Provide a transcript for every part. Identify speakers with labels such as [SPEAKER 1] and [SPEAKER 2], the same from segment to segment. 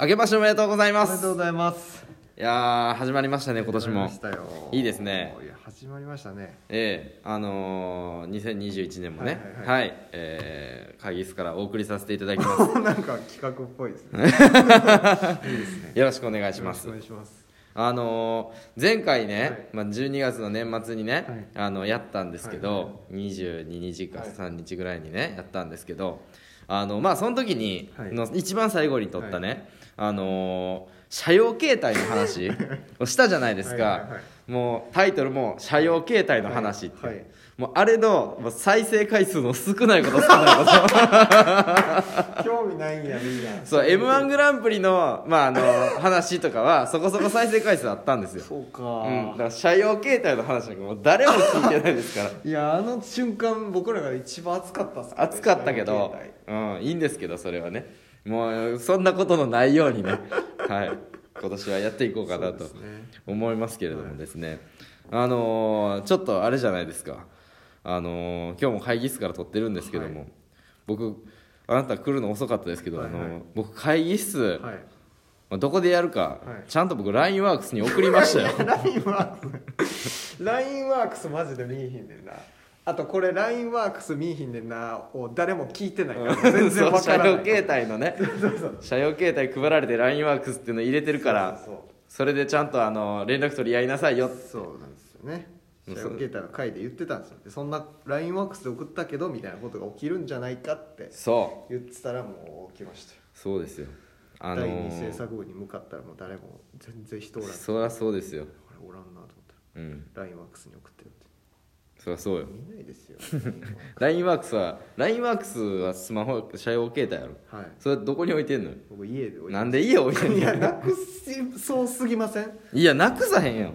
[SPEAKER 1] 明けましておめでとうございま
[SPEAKER 2] おめですとうございます
[SPEAKER 1] いやー始まりましたね今年
[SPEAKER 2] 始まり
[SPEAKER 1] も
[SPEAKER 2] ましたよ
[SPEAKER 1] いいですね
[SPEAKER 2] いや始まりましたね
[SPEAKER 1] ええあのー、2021年もね
[SPEAKER 2] は
[SPEAKER 1] はい
[SPEAKER 2] い
[SPEAKER 1] はえー会議室からお送りさせていただきます
[SPEAKER 2] なんか企画っぽいですねいいですね
[SPEAKER 1] よろしくお願いします
[SPEAKER 2] よろしくお願いします
[SPEAKER 1] あのー前回ね、
[SPEAKER 2] はい
[SPEAKER 1] まあ、12月の年末にね、
[SPEAKER 2] はい
[SPEAKER 1] あのやったんですけど、
[SPEAKER 2] はいはい
[SPEAKER 1] 22日か
[SPEAKER 2] はい
[SPEAKER 1] 3日ぐらいにね、やったんですけどあのまあその時に、
[SPEAKER 2] はい
[SPEAKER 1] の一番最後に撮ったね、あのー車用携帯の話をしたじゃないですか
[SPEAKER 2] はいはいは
[SPEAKER 1] もうタイトルも「車用携帯の話」って、
[SPEAKER 2] はいはい
[SPEAKER 1] もうあれのもう再生回数の少ないこと少ないこと
[SPEAKER 2] 興味ないんやみんな
[SPEAKER 1] そう m 1グランプリの,、まあ、あの話とかはそこそこ再生回数あったんですよ
[SPEAKER 2] そうか、
[SPEAKER 1] うん、だから社用携帯の話なんかもう誰も聞いてないですから
[SPEAKER 2] いやあの瞬間僕らが一番熱かったっすからね
[SPEAKER 1] 暑かったけど
[SPEAKER 2] 携、
[SPEAKER 1] うん、いいんですけどそれはねもうそんなことのないようにねはい今年はやっていこうかなと
[SPEAKER 2] そうですね
[SPEAKER 1] 思いますけれどもですねあのーちょっとあれじゃないですかあのー今日も会議室から撮ってるんですけども、僕あなた来るの遅かったですけど、
[SPEAKER 2] はいはい
[SPEAKER 1] あのー僕会議室、
[SPEAKER 2] 帯はい
[SPEAKER 1] まあどこでやるか、
[SPEAKER 2] はい
[SPEAKER 1] ちゃんと僕 LINEWORKS に送りましたよ
[SPEAKER 2] ラインワークスラインワークスマジで見えひんねんなあとこれラインワークス見えひんねんなを誰も聞いてないから 全然わからな
[SPEAKER 1] そう社
[SPEAKER 2] い
[SPEAKER 1] 用携帯のね社用携帯配られて LINEWORKS っていうの入れてるから
[SPEAKER 2] そうそう
[SPEAKER 1] それでちゃんとあの連絡取り合いなさいよ
[SPEAKER 2] そうそうなんですよね
[SPEAKER 1] う
[SPEAKER 2] 社
[SPEAKER 1] ん
[SPEAKER 2] 用携帯の回で言ってたんですよでそんなラインワークスで送ったけどみたいなことが起きるんじゃないかって
[SPEAKER 1] そう
[SPEAKER 2] 言ってたらもう起きましたよ
[SPEAKER 1] そうですよあの
[SPEAKER 2] 第二制
[SPEAKER 1] ー、
[SPEAKER 2] 作部に向かったらもう誰も全然人おらん
[SPEAKER 1] そりゃそうですよ
[SPEAKER 2] あれおらんなと思っ
[SPEAKER 1] う
[SPEAKER 2] た
[SPEAKER 1] ん
[SPEAKER 2] らラインワークスに送ってるって
[SPEAKER 1] そりゃそうよ
[SPEAKER 2] 見ないで すよ
[SPEAKER 1] LINEWORKS は LINEWORKS はスマホ社用携帯やろ
[SPEAKER 2] はい
[SPEAKER 1] それどこに置いてんのよ
[SPEAKER 2] 僕家で置いて
[SPEAKER 1] なんで家置いてん
[SPEAKER 2] い
[SPEAKER 1] の
[SPEAKER 2] やなくしそうすぎません
[SPEAKER 1] いやなくさへんやん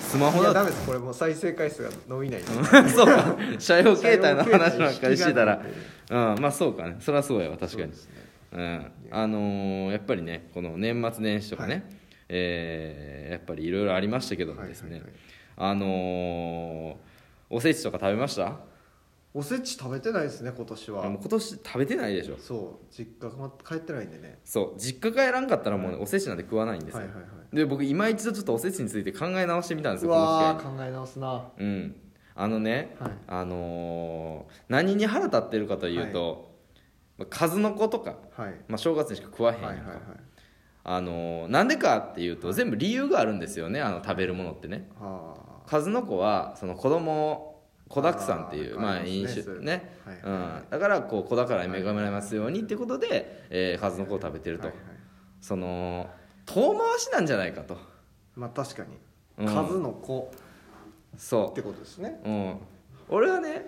[SPEAKER 1] スマホ
[SPEAKER 2] いやダ
[SPEAKER 1] だ
[SPEAKER 2] メですこれもう再生回数が伸びないです
[SPEAKER 1] と そうか社用携帯の話ばっかりしてたら
[SPEAKER 2] 社用携
[SPEAKER 1] うんまあそうかねそりゃそうやわ確かに
[SPEAKER 2] そうですね
[SPEAKER 1] うんあのーやっぱりねこの年末年始とかね、
[SPEAKER 2] はい
[SPEAKER 1] えーやっぱりいろいろありましたけどもですね、
[SPEAKER 2] はいはい
[SPEAKER 1] あのーおせちとか食べました
[SPEAKER 2] おせち食べてないですね今年
[SPEAKER 1] あもう
[SPEAKER 2] は
[SPEAKER 1] 今年食べてないでしょ
[SPEAKER 2] そう実家が帰ってないんでね
[SPEAKER 1] そう実家帰らんかったらもうね、おせちなんて食わないんですよ、
[SPEAKER 2] はいはいはい
[SPEAKER 1] で僕今一度ちょっとおせちについて考え直してみたんです
[SPEAKER 2] う
[SPEAKER 1] よこの
[SPEAKER 2] わ
[SPEAKER 1] 機
[SPEAKER 2] ー
[SPEAKER 1] 会
[SPEAKER 2] 考え直すなは
[SPEAKER 1] にうんあのね、
[SPEAKER 2] はい
[SPEAKER 1] あのー何に腹立ってるかというと、まあ数の子とか、
[SPEAKER 2] いはい
[SPEAKER 1] まあ、正月にしか食わへんや
[SPEAKER 2] は
[SPEAKER 1] ん
[SPEAKER 2] い
[SPEAKER 1] か、
[SPEAKER 2] はい
[SPEAKER 1] あのーなんでかっていうと全部理由があるんですよねあの食べるものってね
[SPEAKER 2] は
[SPEAKER 1] 数の子はその子供を子だくさんっていう
[SPEAKER 2] あー
[SPEAKER 1] ま
[SPEAKER 2] あ
[SPEAKER 1] あ
[SPEAKER 2] り
[SPEAKER 1] 飲
[SPEAKER 2] ますね
[SPEAKER 1] 酒
[SPEAKER 2] そういうの
[SPEAKER 1] ね、
[SPEAKER 2] はいは
[SPEAKER 1] う
[SPEAKER 2] いはい
[SPEAKER 1] ん、だからこう子宝に恵まれますようにっていうことで、えー数の子を食べて
[SPEAKER 2] あ
[SPEAKER 1] ると、
[SPEAKER 2] はいはい
[SPEAKER 1] その遠回しなんじゃないかと
[SPEAKER 2] まあ確かに
[SPEAKER 1] うん
[SPEAKER 2] 数の子っ
[SPEAKER 1] そ
[SPEAKER 2] てことですね
[SPEAKER 1] う、うん、俺はね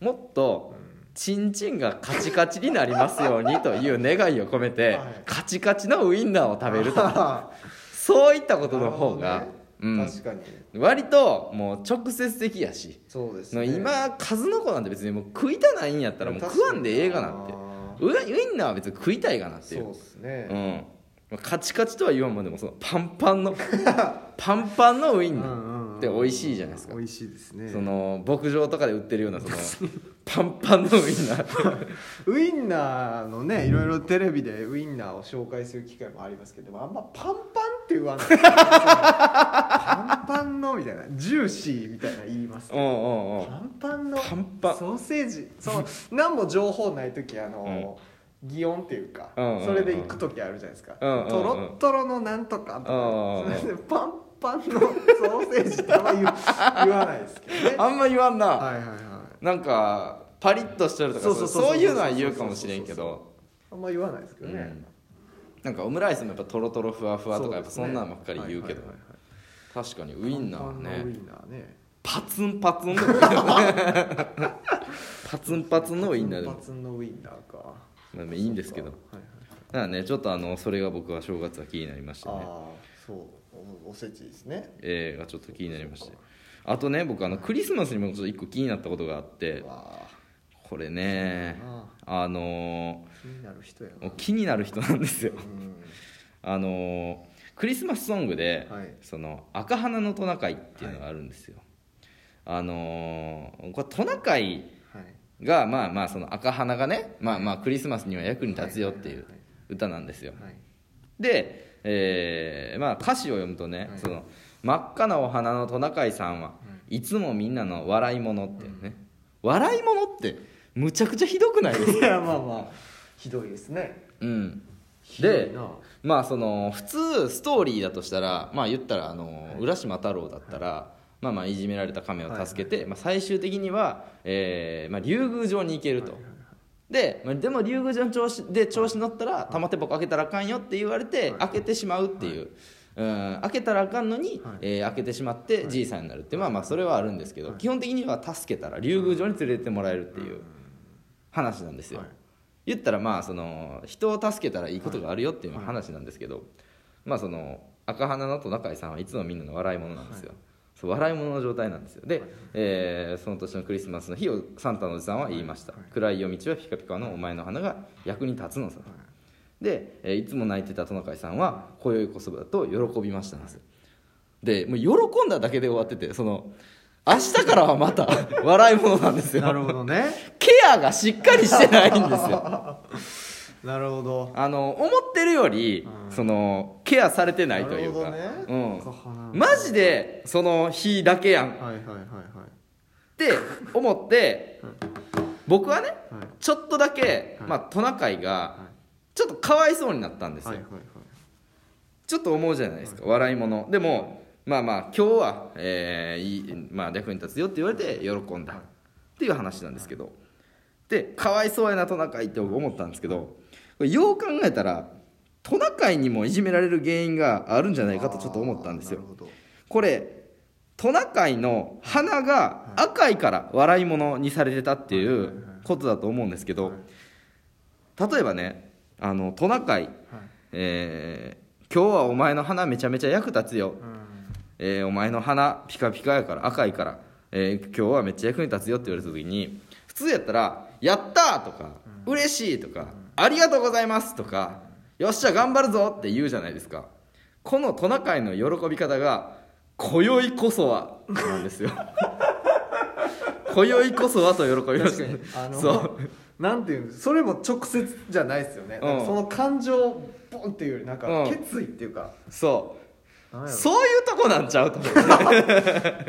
[SPEAKER 1] もっとチンチンがカチカチになりますようにという願いを込めて、
[SPEAKER 2] はい
[SPEAKER 1] カチカチのウインナーを食べ ると
[SPEAKER 2] あ
[SPEAKER 1] そういったこ
[SPEAKER 2] ー
[SPEAKER 1] との方が、
[SPEAKER 2] なるほ
[SPEAKER 1] う
[SPEAKER 2] どね
[SPEAKER 1] ん、
[SPEAKER 2] 確かに
[SPEAKER 1] 割ともう直接的やし、
[SPEAKER 2] そうです
[SPEAKER 1] の
[SPEAKER 2] ね
[SPEAKER 1] 今数の子なんて別にもう食いたないんやったらもう食わんでええがなって
[SPEAKER 2] あ
[SPEAKER 1] ウインナーは別に食いたいがなっ
[SPEAKER 2] ー
[SPEAKER 1] てい
[SPEAKER 2] そう
[SPEAKER 1] う
[SPEAKER 2] ですね
[SPEAKER 1] う、んまあカチカチとは言わんもんでもそのパンパ ンのパンパンのウインナー
[SPEAKER 2] っ
[SPEAKER 1] って美味しいじゃないですか
[SPEAKER 2] 美味しいですね
[SPEAKER 1] その牧場とかで売ってるようなその パンパンのウインナ ー
[SPEAKER 2] ウインナーのねいろいろテレビでウインナーを紹介する機会もありますけどでもあんまパンパンって言わないパンパンのみたいなジューシーみたいな言います
[SPEAKER 1] うんうんう
[SPEAKER 2] パ
[SPEAKER 1] ん
[SPEAKER 2] ンパンの
[SPEAKER 1] パンパン
[SPEAKER 2] ソーセージその何も情報ない時あの、擬音っていうか、
[SPEAKER 1] うんうんうん
[SPEAKER 2] それで行く時あるじゃないですか、
[SPEAKER 1] うんうんうん
[SPEAKER 2] トロットロのなんとかとか、
[SPEAKER 1] うんうんうん
[SPEAKER 2] それでパンパンのソーセージってあんま言う言わないですけどね
[SPEAKER 1] あんま言わんな、
[SPEAKER 2] はいはいはい
[SPEAKER 1] なんかパリッとしてるとか
[SPEAKER 2] そうそうそうそう
[SPEAKER 1] いうのは言うかもしれんけど
[SPEAKER 2] あんま言わないですけどね、
[SPEAKER 1] うんなんかオムライスもやっぱトロトロふわふわとかやっぱそ
[SPEAKER 2] うん
[SPEAKER 1] なんばっかり言うけど
[SPEAKER 2] はいはいはい
[SPEAKER 1] 確かにウインナーは
[SPEAKER 2] パンパンのウ
[SPEAKER 1] ね
[SPEAKER 2] インナーね
[SPEAKER 1] パツンパツンでもいいよね パツンパツンのウインナーで
[SPEAKER 2] パ
[SPEAKER 1] も
[SPEAKER 2] ツンのウインナーかは
[SPEAKER 1] まあいいんですけど
[SPEAKER 2] い
[SPEAKER 1] だか
[SPEAKER 2] は
[SPEAKER 1] ら
[SPEAKER 2] い
[SPEAKER 1] ねちょっとあのそれが僕は正月は気になりまし
[SPEAKER 2] あ
[SPEAKER 1] た
[SPEAKER 2] あ
[SPEAKER 1] ね
[SPEAKER 2] そうおおせちですね
[SPEAKER 1] えーがちょっと気になりましてあとね僕あのクリスマスにもちょっと一個気になったことがあって
[SPEAKER 2] わあ
[SPEAKER 1] これね
[SPEAKER 2] あ
[SPEAKER 1] あの
[SPEAKER 2] あ気になる人やな
[SPEAKER 1] ーもう気になる人なんですよ
[SPEAKER 2] うん
[SPEAKER 1] あのークリスマスソングで、
[SPEAKER 2] はい
[SPEAKER 1] その赤花のトナカイっていうのがあるんですよ、あのーこれトナカイ
[SPEAKER 2] はい
[SPEAKER 1] がまあまあその赤花がねまあまあクリスマスには役に立つよっていう歌なんですよ、
[SPEAKER 2] はい
[SPEAKER 1] で、えーまあ、歌詞を読むとね、
[SPEAKER 2] はい
[SPEAKER 1] その真っ赤なお花のトナカイさんは、いつもみんなの笑い者っていうね、笑い者ってむちゃくちゃひどくないですか
[SPEAKER 2] いやまあまあひどいですね
[SPEAKER 1] うん
[SPEAKER 2] ひどいな
[SPEAKER 1] まあその普通ストーリーだとしたらまあ言ったらあの
[SPEAKER 2] はい
[SPEAKER 1] 浦島太郎だったら、まあまあいじめられた亀を助けて、まあ、最終的には、えーまあ、竜宮城に行けると、
[SPEAKER 2] はいはいはい
[SPEAKER 1] で、まあ、でも竜宮城の調子で調子乗ったら玉手箱開けたらあかんよって言われて
[SPEAKER 2] はい
[SPEAKER 1] 開けてしまうっていう、うん開けたらあかんのに、
[SPEAKER 2] はい
[SPEAKER 1] えー開けてしまってじいさんになるって、まあまあそれはあるんですけど、
[SPEAKER 2] はい
[SPEAKER 1] 基本的には助けたら竜宮城に連れてってもらえるっていう話なんですよ、
[SPEAKER 2] はい
[SPEAKER 1] 言ったらまあその人を助けたらいいことがあるよっていう話なんですけど、まあその赤鼻のトナカイさんはいつもみんなの笑い者なんですよ、そう笑い者の状態なんですよで、えーその年のクリスマスの日をサンタのおじさんは言いました、
[SPEAKER 2] はいはい
[SPEAKER 1] 暗い夜道はピカピカのお前の花が役に立つのさ、
[SPEAKER 2] は
[SPEAKER 1] で、えーいつも泣いてたトナカイさんは今宵こそだと喜びましたんですでもう喜んだだけで終わっててその明日からはまた笑い者なんです
[SPEAKER 2] なる
[SPEAKER 1] よ
[SPEAKER 2] ほど ね
[SPEAKER 1] ケアがしっかりしてないんですよ
[SPEAKER 2] なるほど
[SPEAKER 1] あの思ってるより、
[SPEAKER 2] うん
[SPEAKER 1] そのケアされてないというか、
[SPEAKER 2] なるほ
[SPEAKER 1] う
[SPEAKER 2] どね
[SPEAKER 1] ん、
[SPEAKER 2] かはな
[SPEAKER 1] マジでその日だけやんっ
[SPEAKER 2] はいはいはいはい
[SPEAKER 1] て思って僕はね
[SPEAKER 2] はい
[SPEAKER 1] ちょっとだけ、
[SPEAKER 2] はい
[SPEAKER 1] まあ、トナカイ
[SPEAKER 2] は
[SPEAKER 1] が
[SPEAKER 2] い
[SPEAKER 1] ちょっとかわいそうになったんですよ、
[SPEAKER 2] はいはいはい
[SPEAKER 1] ちょっと思うじゃないですか、笑い者でもまあまあ今日は、えーいいまあ、役に立つよって言われて喜んだっていう話なんですけどでかわいそうやなトナカイって僕思ったんですけどこれよう考えたらトナカイにもいじめられる原因があるんじゃないかとちょっと思ったんですよ
[SPEAKER 2] あーなるほど
[SPEAKER 1] これトナカイの鼻が赤いから笑い物にされてたってい
[SPEAKER 2] はいう
[SPEAKER 1] ことだと思うんですけど例えばねあのトナカイ
[SPEAKER 2] はい
[SPEAKER 1] えー今日はお前の花めちゃめちゃ役立つよ、
[SPEAKER 2] うん
[SPEAKER 1] えーお前の花ピカピカやから赤いから、えー今日はめっちゃ役に立つよって言われた時に普通やったら「やった!」とか「嬉しい!」とか「ありがとうございます!」とか「よっしゃ頑張るぞ!」って言うじゃないですかこのトナカイの喜び方が「今宵こそは」なんですよ 今宵こそはと喜びました
[SPEAKER 2] 確かにあの
[SPEAKER 1] そう
[SPEAKER 2] なんていうんですそれも直接じゃないですよね、
[SPEAKER 1] うん
[SPEAKER 2] その感情をボンっていうよりなんか
[SPEAKER 1] うん
[SPEAKER 2] 決意っていうか、
[SPEAKER 1] そう
[SPEAKER 2] なんやろ
[SPEAKER 1] そういうとこなんちゃうと思う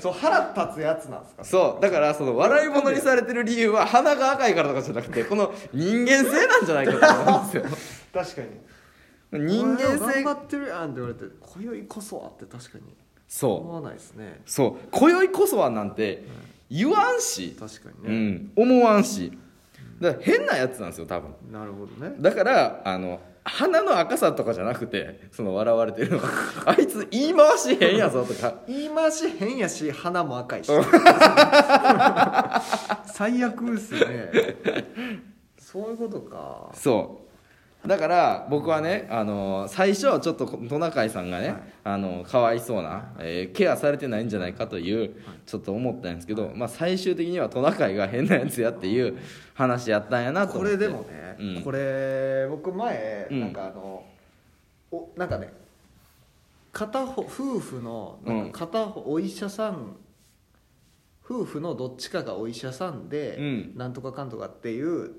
[SPEAKER 2] そう腹立つやつなんですか
[SPEAKER 1] そうだからその笑い物にされてる理由は鼻が赤いからとかじゃなくてこの人間性なんじゃないかと思うんですよ
[SPEAKER 2] 確かに
[SPEAKER 1] 人間
[SPEAKER 2] お前ら頑
[SPEAKER 1] 性
[SPEAKER 2] 張ってるやんって言われて今宵こそはって確かに
[SPEAKER 1] そ
[SPEAKER 2] 思わないですね
[SPEAKER 1] うそう今宵こそはなんて言わんし、
[SPEAKER 2] 確か
[SPEAKER 1] う
[SPEAKER 2] にね、
[SPEAKER 1] ん、思わんしだから変なやつなんですよ多分
[SPEAKER 2] なるほどね
[SPEAKER 1] だからあの鼻の赤さとかじゃなくてその笑われてるのが あいつ言い回し変やぞとか
[SPEAKER 2] 言い回し変やし鼻も赤いし最悪ですよねそういうことか
[SPEAKER 1] そうだから僕はね、あのー最初はちょっとトナカイさんがね、あのーかわいそうな、えーケアされてないんじゃないかというちょっと思ったんですけど、まあ、最終的にはトナカイが変なやつやっていう話やったんやなと
[SPEAKER 2] こ
[SPEAKER 1] 思って
[SPEAKER 2] れでもね、
[SPEAKER 1] うん
[SPEAKER 2] これ僕前
[SPEAKER 1] うん
[SPEAKER 2] なんかあの、おなんかね片方夫婦のなんか片方お医者さん、夫婦のどっちかがお医者さんで、
[SPEAKER 1] うん
[SPEAKER 2] なんとかかんとかっていう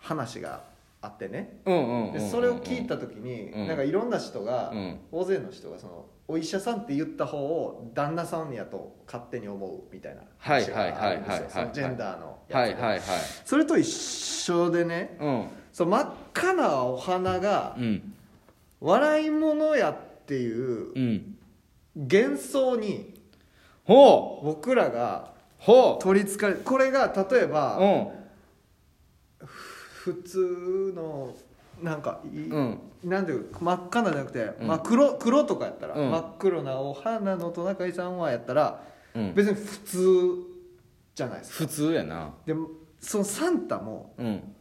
[SPEAKER 2] 話があってね
[SPEAKER 1] うんうんうんうん
[SPEAKER 2] でそれを聞いた時に、
[SPEAKER 1] うん
[SPEAKER 2] なんかいろんな人が、
[SPEAKER 1] うん
[SPEAKER 2] 大勢の人がそのお医者さんって言った方を旦那さんやと勝手に思うみたいな
[SPEAKER 1] はい
[SPEAKER 2] 話があるんですよ
[SPEAKER 1] はいはいはいはい
[SPEAKER 2] そのジェンダーのやつで
[SPEAKER 1] はいはいはい
[SPEAKER 2] それと一緒でね
[SPEAKER 1] うん
[SPEAKER 2] そう真っ赤なお花が
[SPEAKER 1] うん
[SPEAKER 2] 笑い物やっていう
[SPEAKER 1] うん
[SPEAKER 2] 幻想に
[SPEAKER 1] ほ
[SPEAKER 2] 僕らが
[SPEAKER 1] うほ
[SPEAKER 2] 取りつかれこれが例え
[SPEAKER 1] う
[SPEAKER 2] ば
[SPEAKER 1] う
[SPEAKER 2] 普通のなんかい、
[SPEAKER 1] んうん
[SPEAKER 2] なんていうか真っ赤なじゃなくて、
[SPEAKER 1] うん
[SPEAKER 2] まあ、黒黒とかやったら、
[SPEAKER 1] うん
[SPEAKER 2] 真っ黒なお花のトナカイさんはやったら
[SPEAKER 1] うん
[SPEAKER 2] 別に普通じゃないですか
[SPEAKER 1] 普通やな
[SPEAKER 2] でもそのサンタも
[SPEAKER 1] うん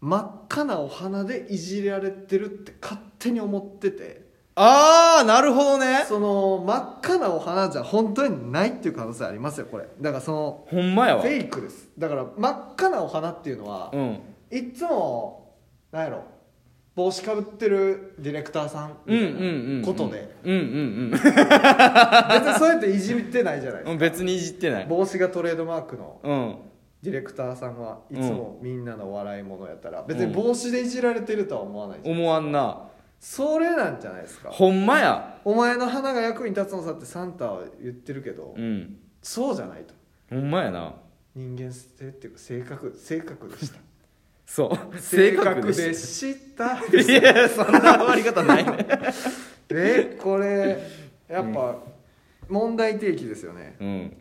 [SPEAKER 2] 真っ赤なお花でいじられてるって勝手に思ってて
[SPEAKER 1] ああなるほどね
[SPEAKER 2] その真っ赤なお花じゃ本当にないっていう可能性ありますよこれだからその
[SPEAKER 1] ほんまやわ
[SPEAKER 2] フェイクですだから真っ赤なお花っていうのは
[SPEAKER 1] うん
[SPEAKER 2] いっつもなんやろ帽子かぶってるディレクターさん
[SPEAKER 1] うん
[SPEAKER 2] み
[SPEAKER 1] うんう
[SPEAKER 2] た
[SPEAKER 1] んう
[SPEAKER 2] い
[SPEAKER 1] ん
[SPEAKER 2] なことで
[SPEAKER 1] うんうん
[SPEAKER 2] 別にそうやっていじってないじゃない
[SPEAKER 1] うん
[SPEAKER 2] で
[SPEAKER 1] 別にいじってな
[SPEAKER 2] すか
[SPEAKER 1] い
[SPEAKER 2] 帽子がトレードマークの
[SPEAKER 1] うん
[SPEAKER 2] ディレクターさんはいつもみんなの笑い者やったら別に帽子でいじられてるとは思わないじゃん
[SPEAKER 1] 思わんな
[SPEAKER 2] それなんじゃないですか
[SPEAKER 1] ほんまや
[SPEAKER 2] お前の花が役に立つのさってサンタは言ってるけど、
[SPEAKER 1] うん
[SPEAKER 2] そうじゃないと
[SPEAKER 1] ほんまやな
[SPEAKER 2] 人間性っていうか性格性格でした
[SPEAKER 1] そう 性格で
[SPEAKER 2] で
[SPEAKER 1] し
[SPEAKER 2] した
[SPEAKER 1] いやそん な終わり方ないね
[SPEAKER 2] ねこれやっぱ問題提起ですよね
[SPEAKER 1] うん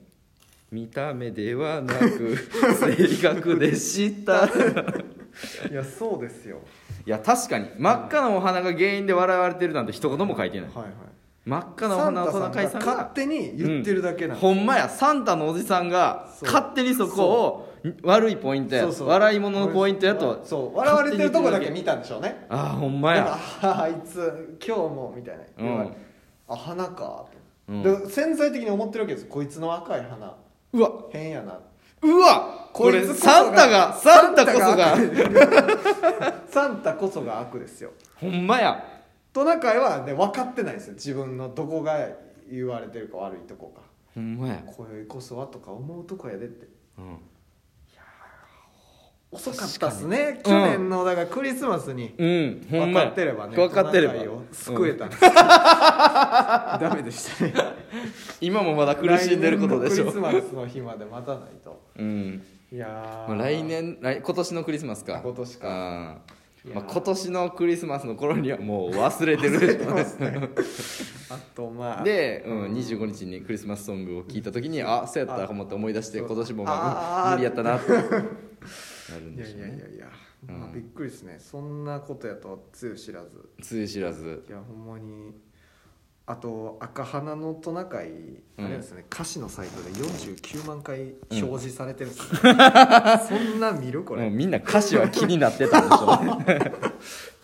[SPEAKER 1] 見た目ではなく 性格でした
[SPEAKER 2] いやそうですよ
[SPEAKER 1] いや確かに真っ赤なお花が原因で笑われてるなんて一言も書いてない
[SPEAKER 2] はいはい
[SPEAKER 1] 真っ赤なお
[SPEAKER 2] サン
[SPEAKER 1] 花を
[SPEAKER 2] タ
[SPEAKER 1] トナカイさ
[SPEAKER 2] さ
[SPEAKER 1] ん
[SPEAKER 2] んが
[SPEAKER 1] が
[SPEAKER 2] 勝手に言ってるだけなんで
[SPEAKER 1] ほんまやサンタのおじさんが
[SPEAKER 2] そう
[SPEAKER 1] 勝手にそこを悪いポイントや
[SPEAKER 2] そうそう
[SPEAKER 1] 笑い物のポイントやと
[SPEAKER 2] そう笑われてるとこだけ見たんでしょうね
[SPEAKER 1] ああほん
[SPEAKER 2] だ
[SPEAKER 1] ま
[SPEAKER 2] か
[SPEAKER 1] や
[SPEAKER 2] らああいつ今日もみたいな、
[SPEAKER 1] うん
[SPEAKER 2] あ花かと、
[SPEAKER 1] うん
[SPEAKER 2] で潜在的に思ってるわけですこいつの赤い花
[SPEAKER 1] うわ
[SPEAKER 2] 変やな
[SPEAKER 1] うわこれ
[SPEAKER 2] いつそ
[SPEAKER 1] サンタがサンタこそが
[SPEAKER 2] サンタこそが悪ですよ
[SPEAKER 1] ほんまや
[SPEAKER 2] トナカイは、ね、分かってないんですよ自分のどこが言われてるか悪いとこか
[SPEAKER 1] ほんまや、
[SPEAKER 2] これこそはとか思うとこやでって
[SPEAKER 1] うん、
[SPEAKER 2] 遅かったっすね
[SPEAKER 1] 確
[SPEAKER 2] 去
[SPEAKER 1] かに
[SPEAKER 2] 年のだからクリスマスに
[SPEAKER 1] うん、ほん
[SPEAKER 2] 分
[SPEAKER 1] ま
[SPEAKER 2] か
[SPEAKER 1] や
[SPEAKER 2] ってればね
[SPEAKER 1] 分かってれば
[SPEAKER 2] トナカイを救えたん です、ダメでした ね
[SPEAKER 1] 今もまだ苦しんでることでしょ
[SPEAKER 2] 来年のクリスマスの日まで待たないと
[SPEAKER 1] うん、
[SPEAKER 2] いやー
[SPEAKER 1] まあ、来年来今年のクリスマスか
[SPEAKER 2] 今年か
[SPEAKER 1] あー
[SPEAKER 2] いやー
[SPEAKER 1] まあ、今年のクリスマスの頃にはもう忘れてるでしょうね
[SPEAKER 2] あと まあ
[SPEAKER 1] で、うん、25日にクリスマスソングを聴いた時にあそうやったと思って思い出して今年もまあ
[SPEAKER 2] あー
[SPEAKER 1] 無理やったなってなるん
[SPEAKER 2] い
[SPEAKER 1] で
[SPEAKER 2] や
[SPEAKER 1] しょ
[SPEAKER 2] いうやい
[SPEAKER 1] ね
[SPEAKER 2] やいや、まあ、びっくりですねそんなことやとはつゆ知らず
[SPEAKER 1] つゆ知らず
[SPEAKER 2] いやほんまにあと赤花のトナカイあれですね、歌詞のサイトで49万回表示されてるんですよ、そんな見るこれ、
[SPEAKER 1] もうみんな歌詞は気になってたでしょ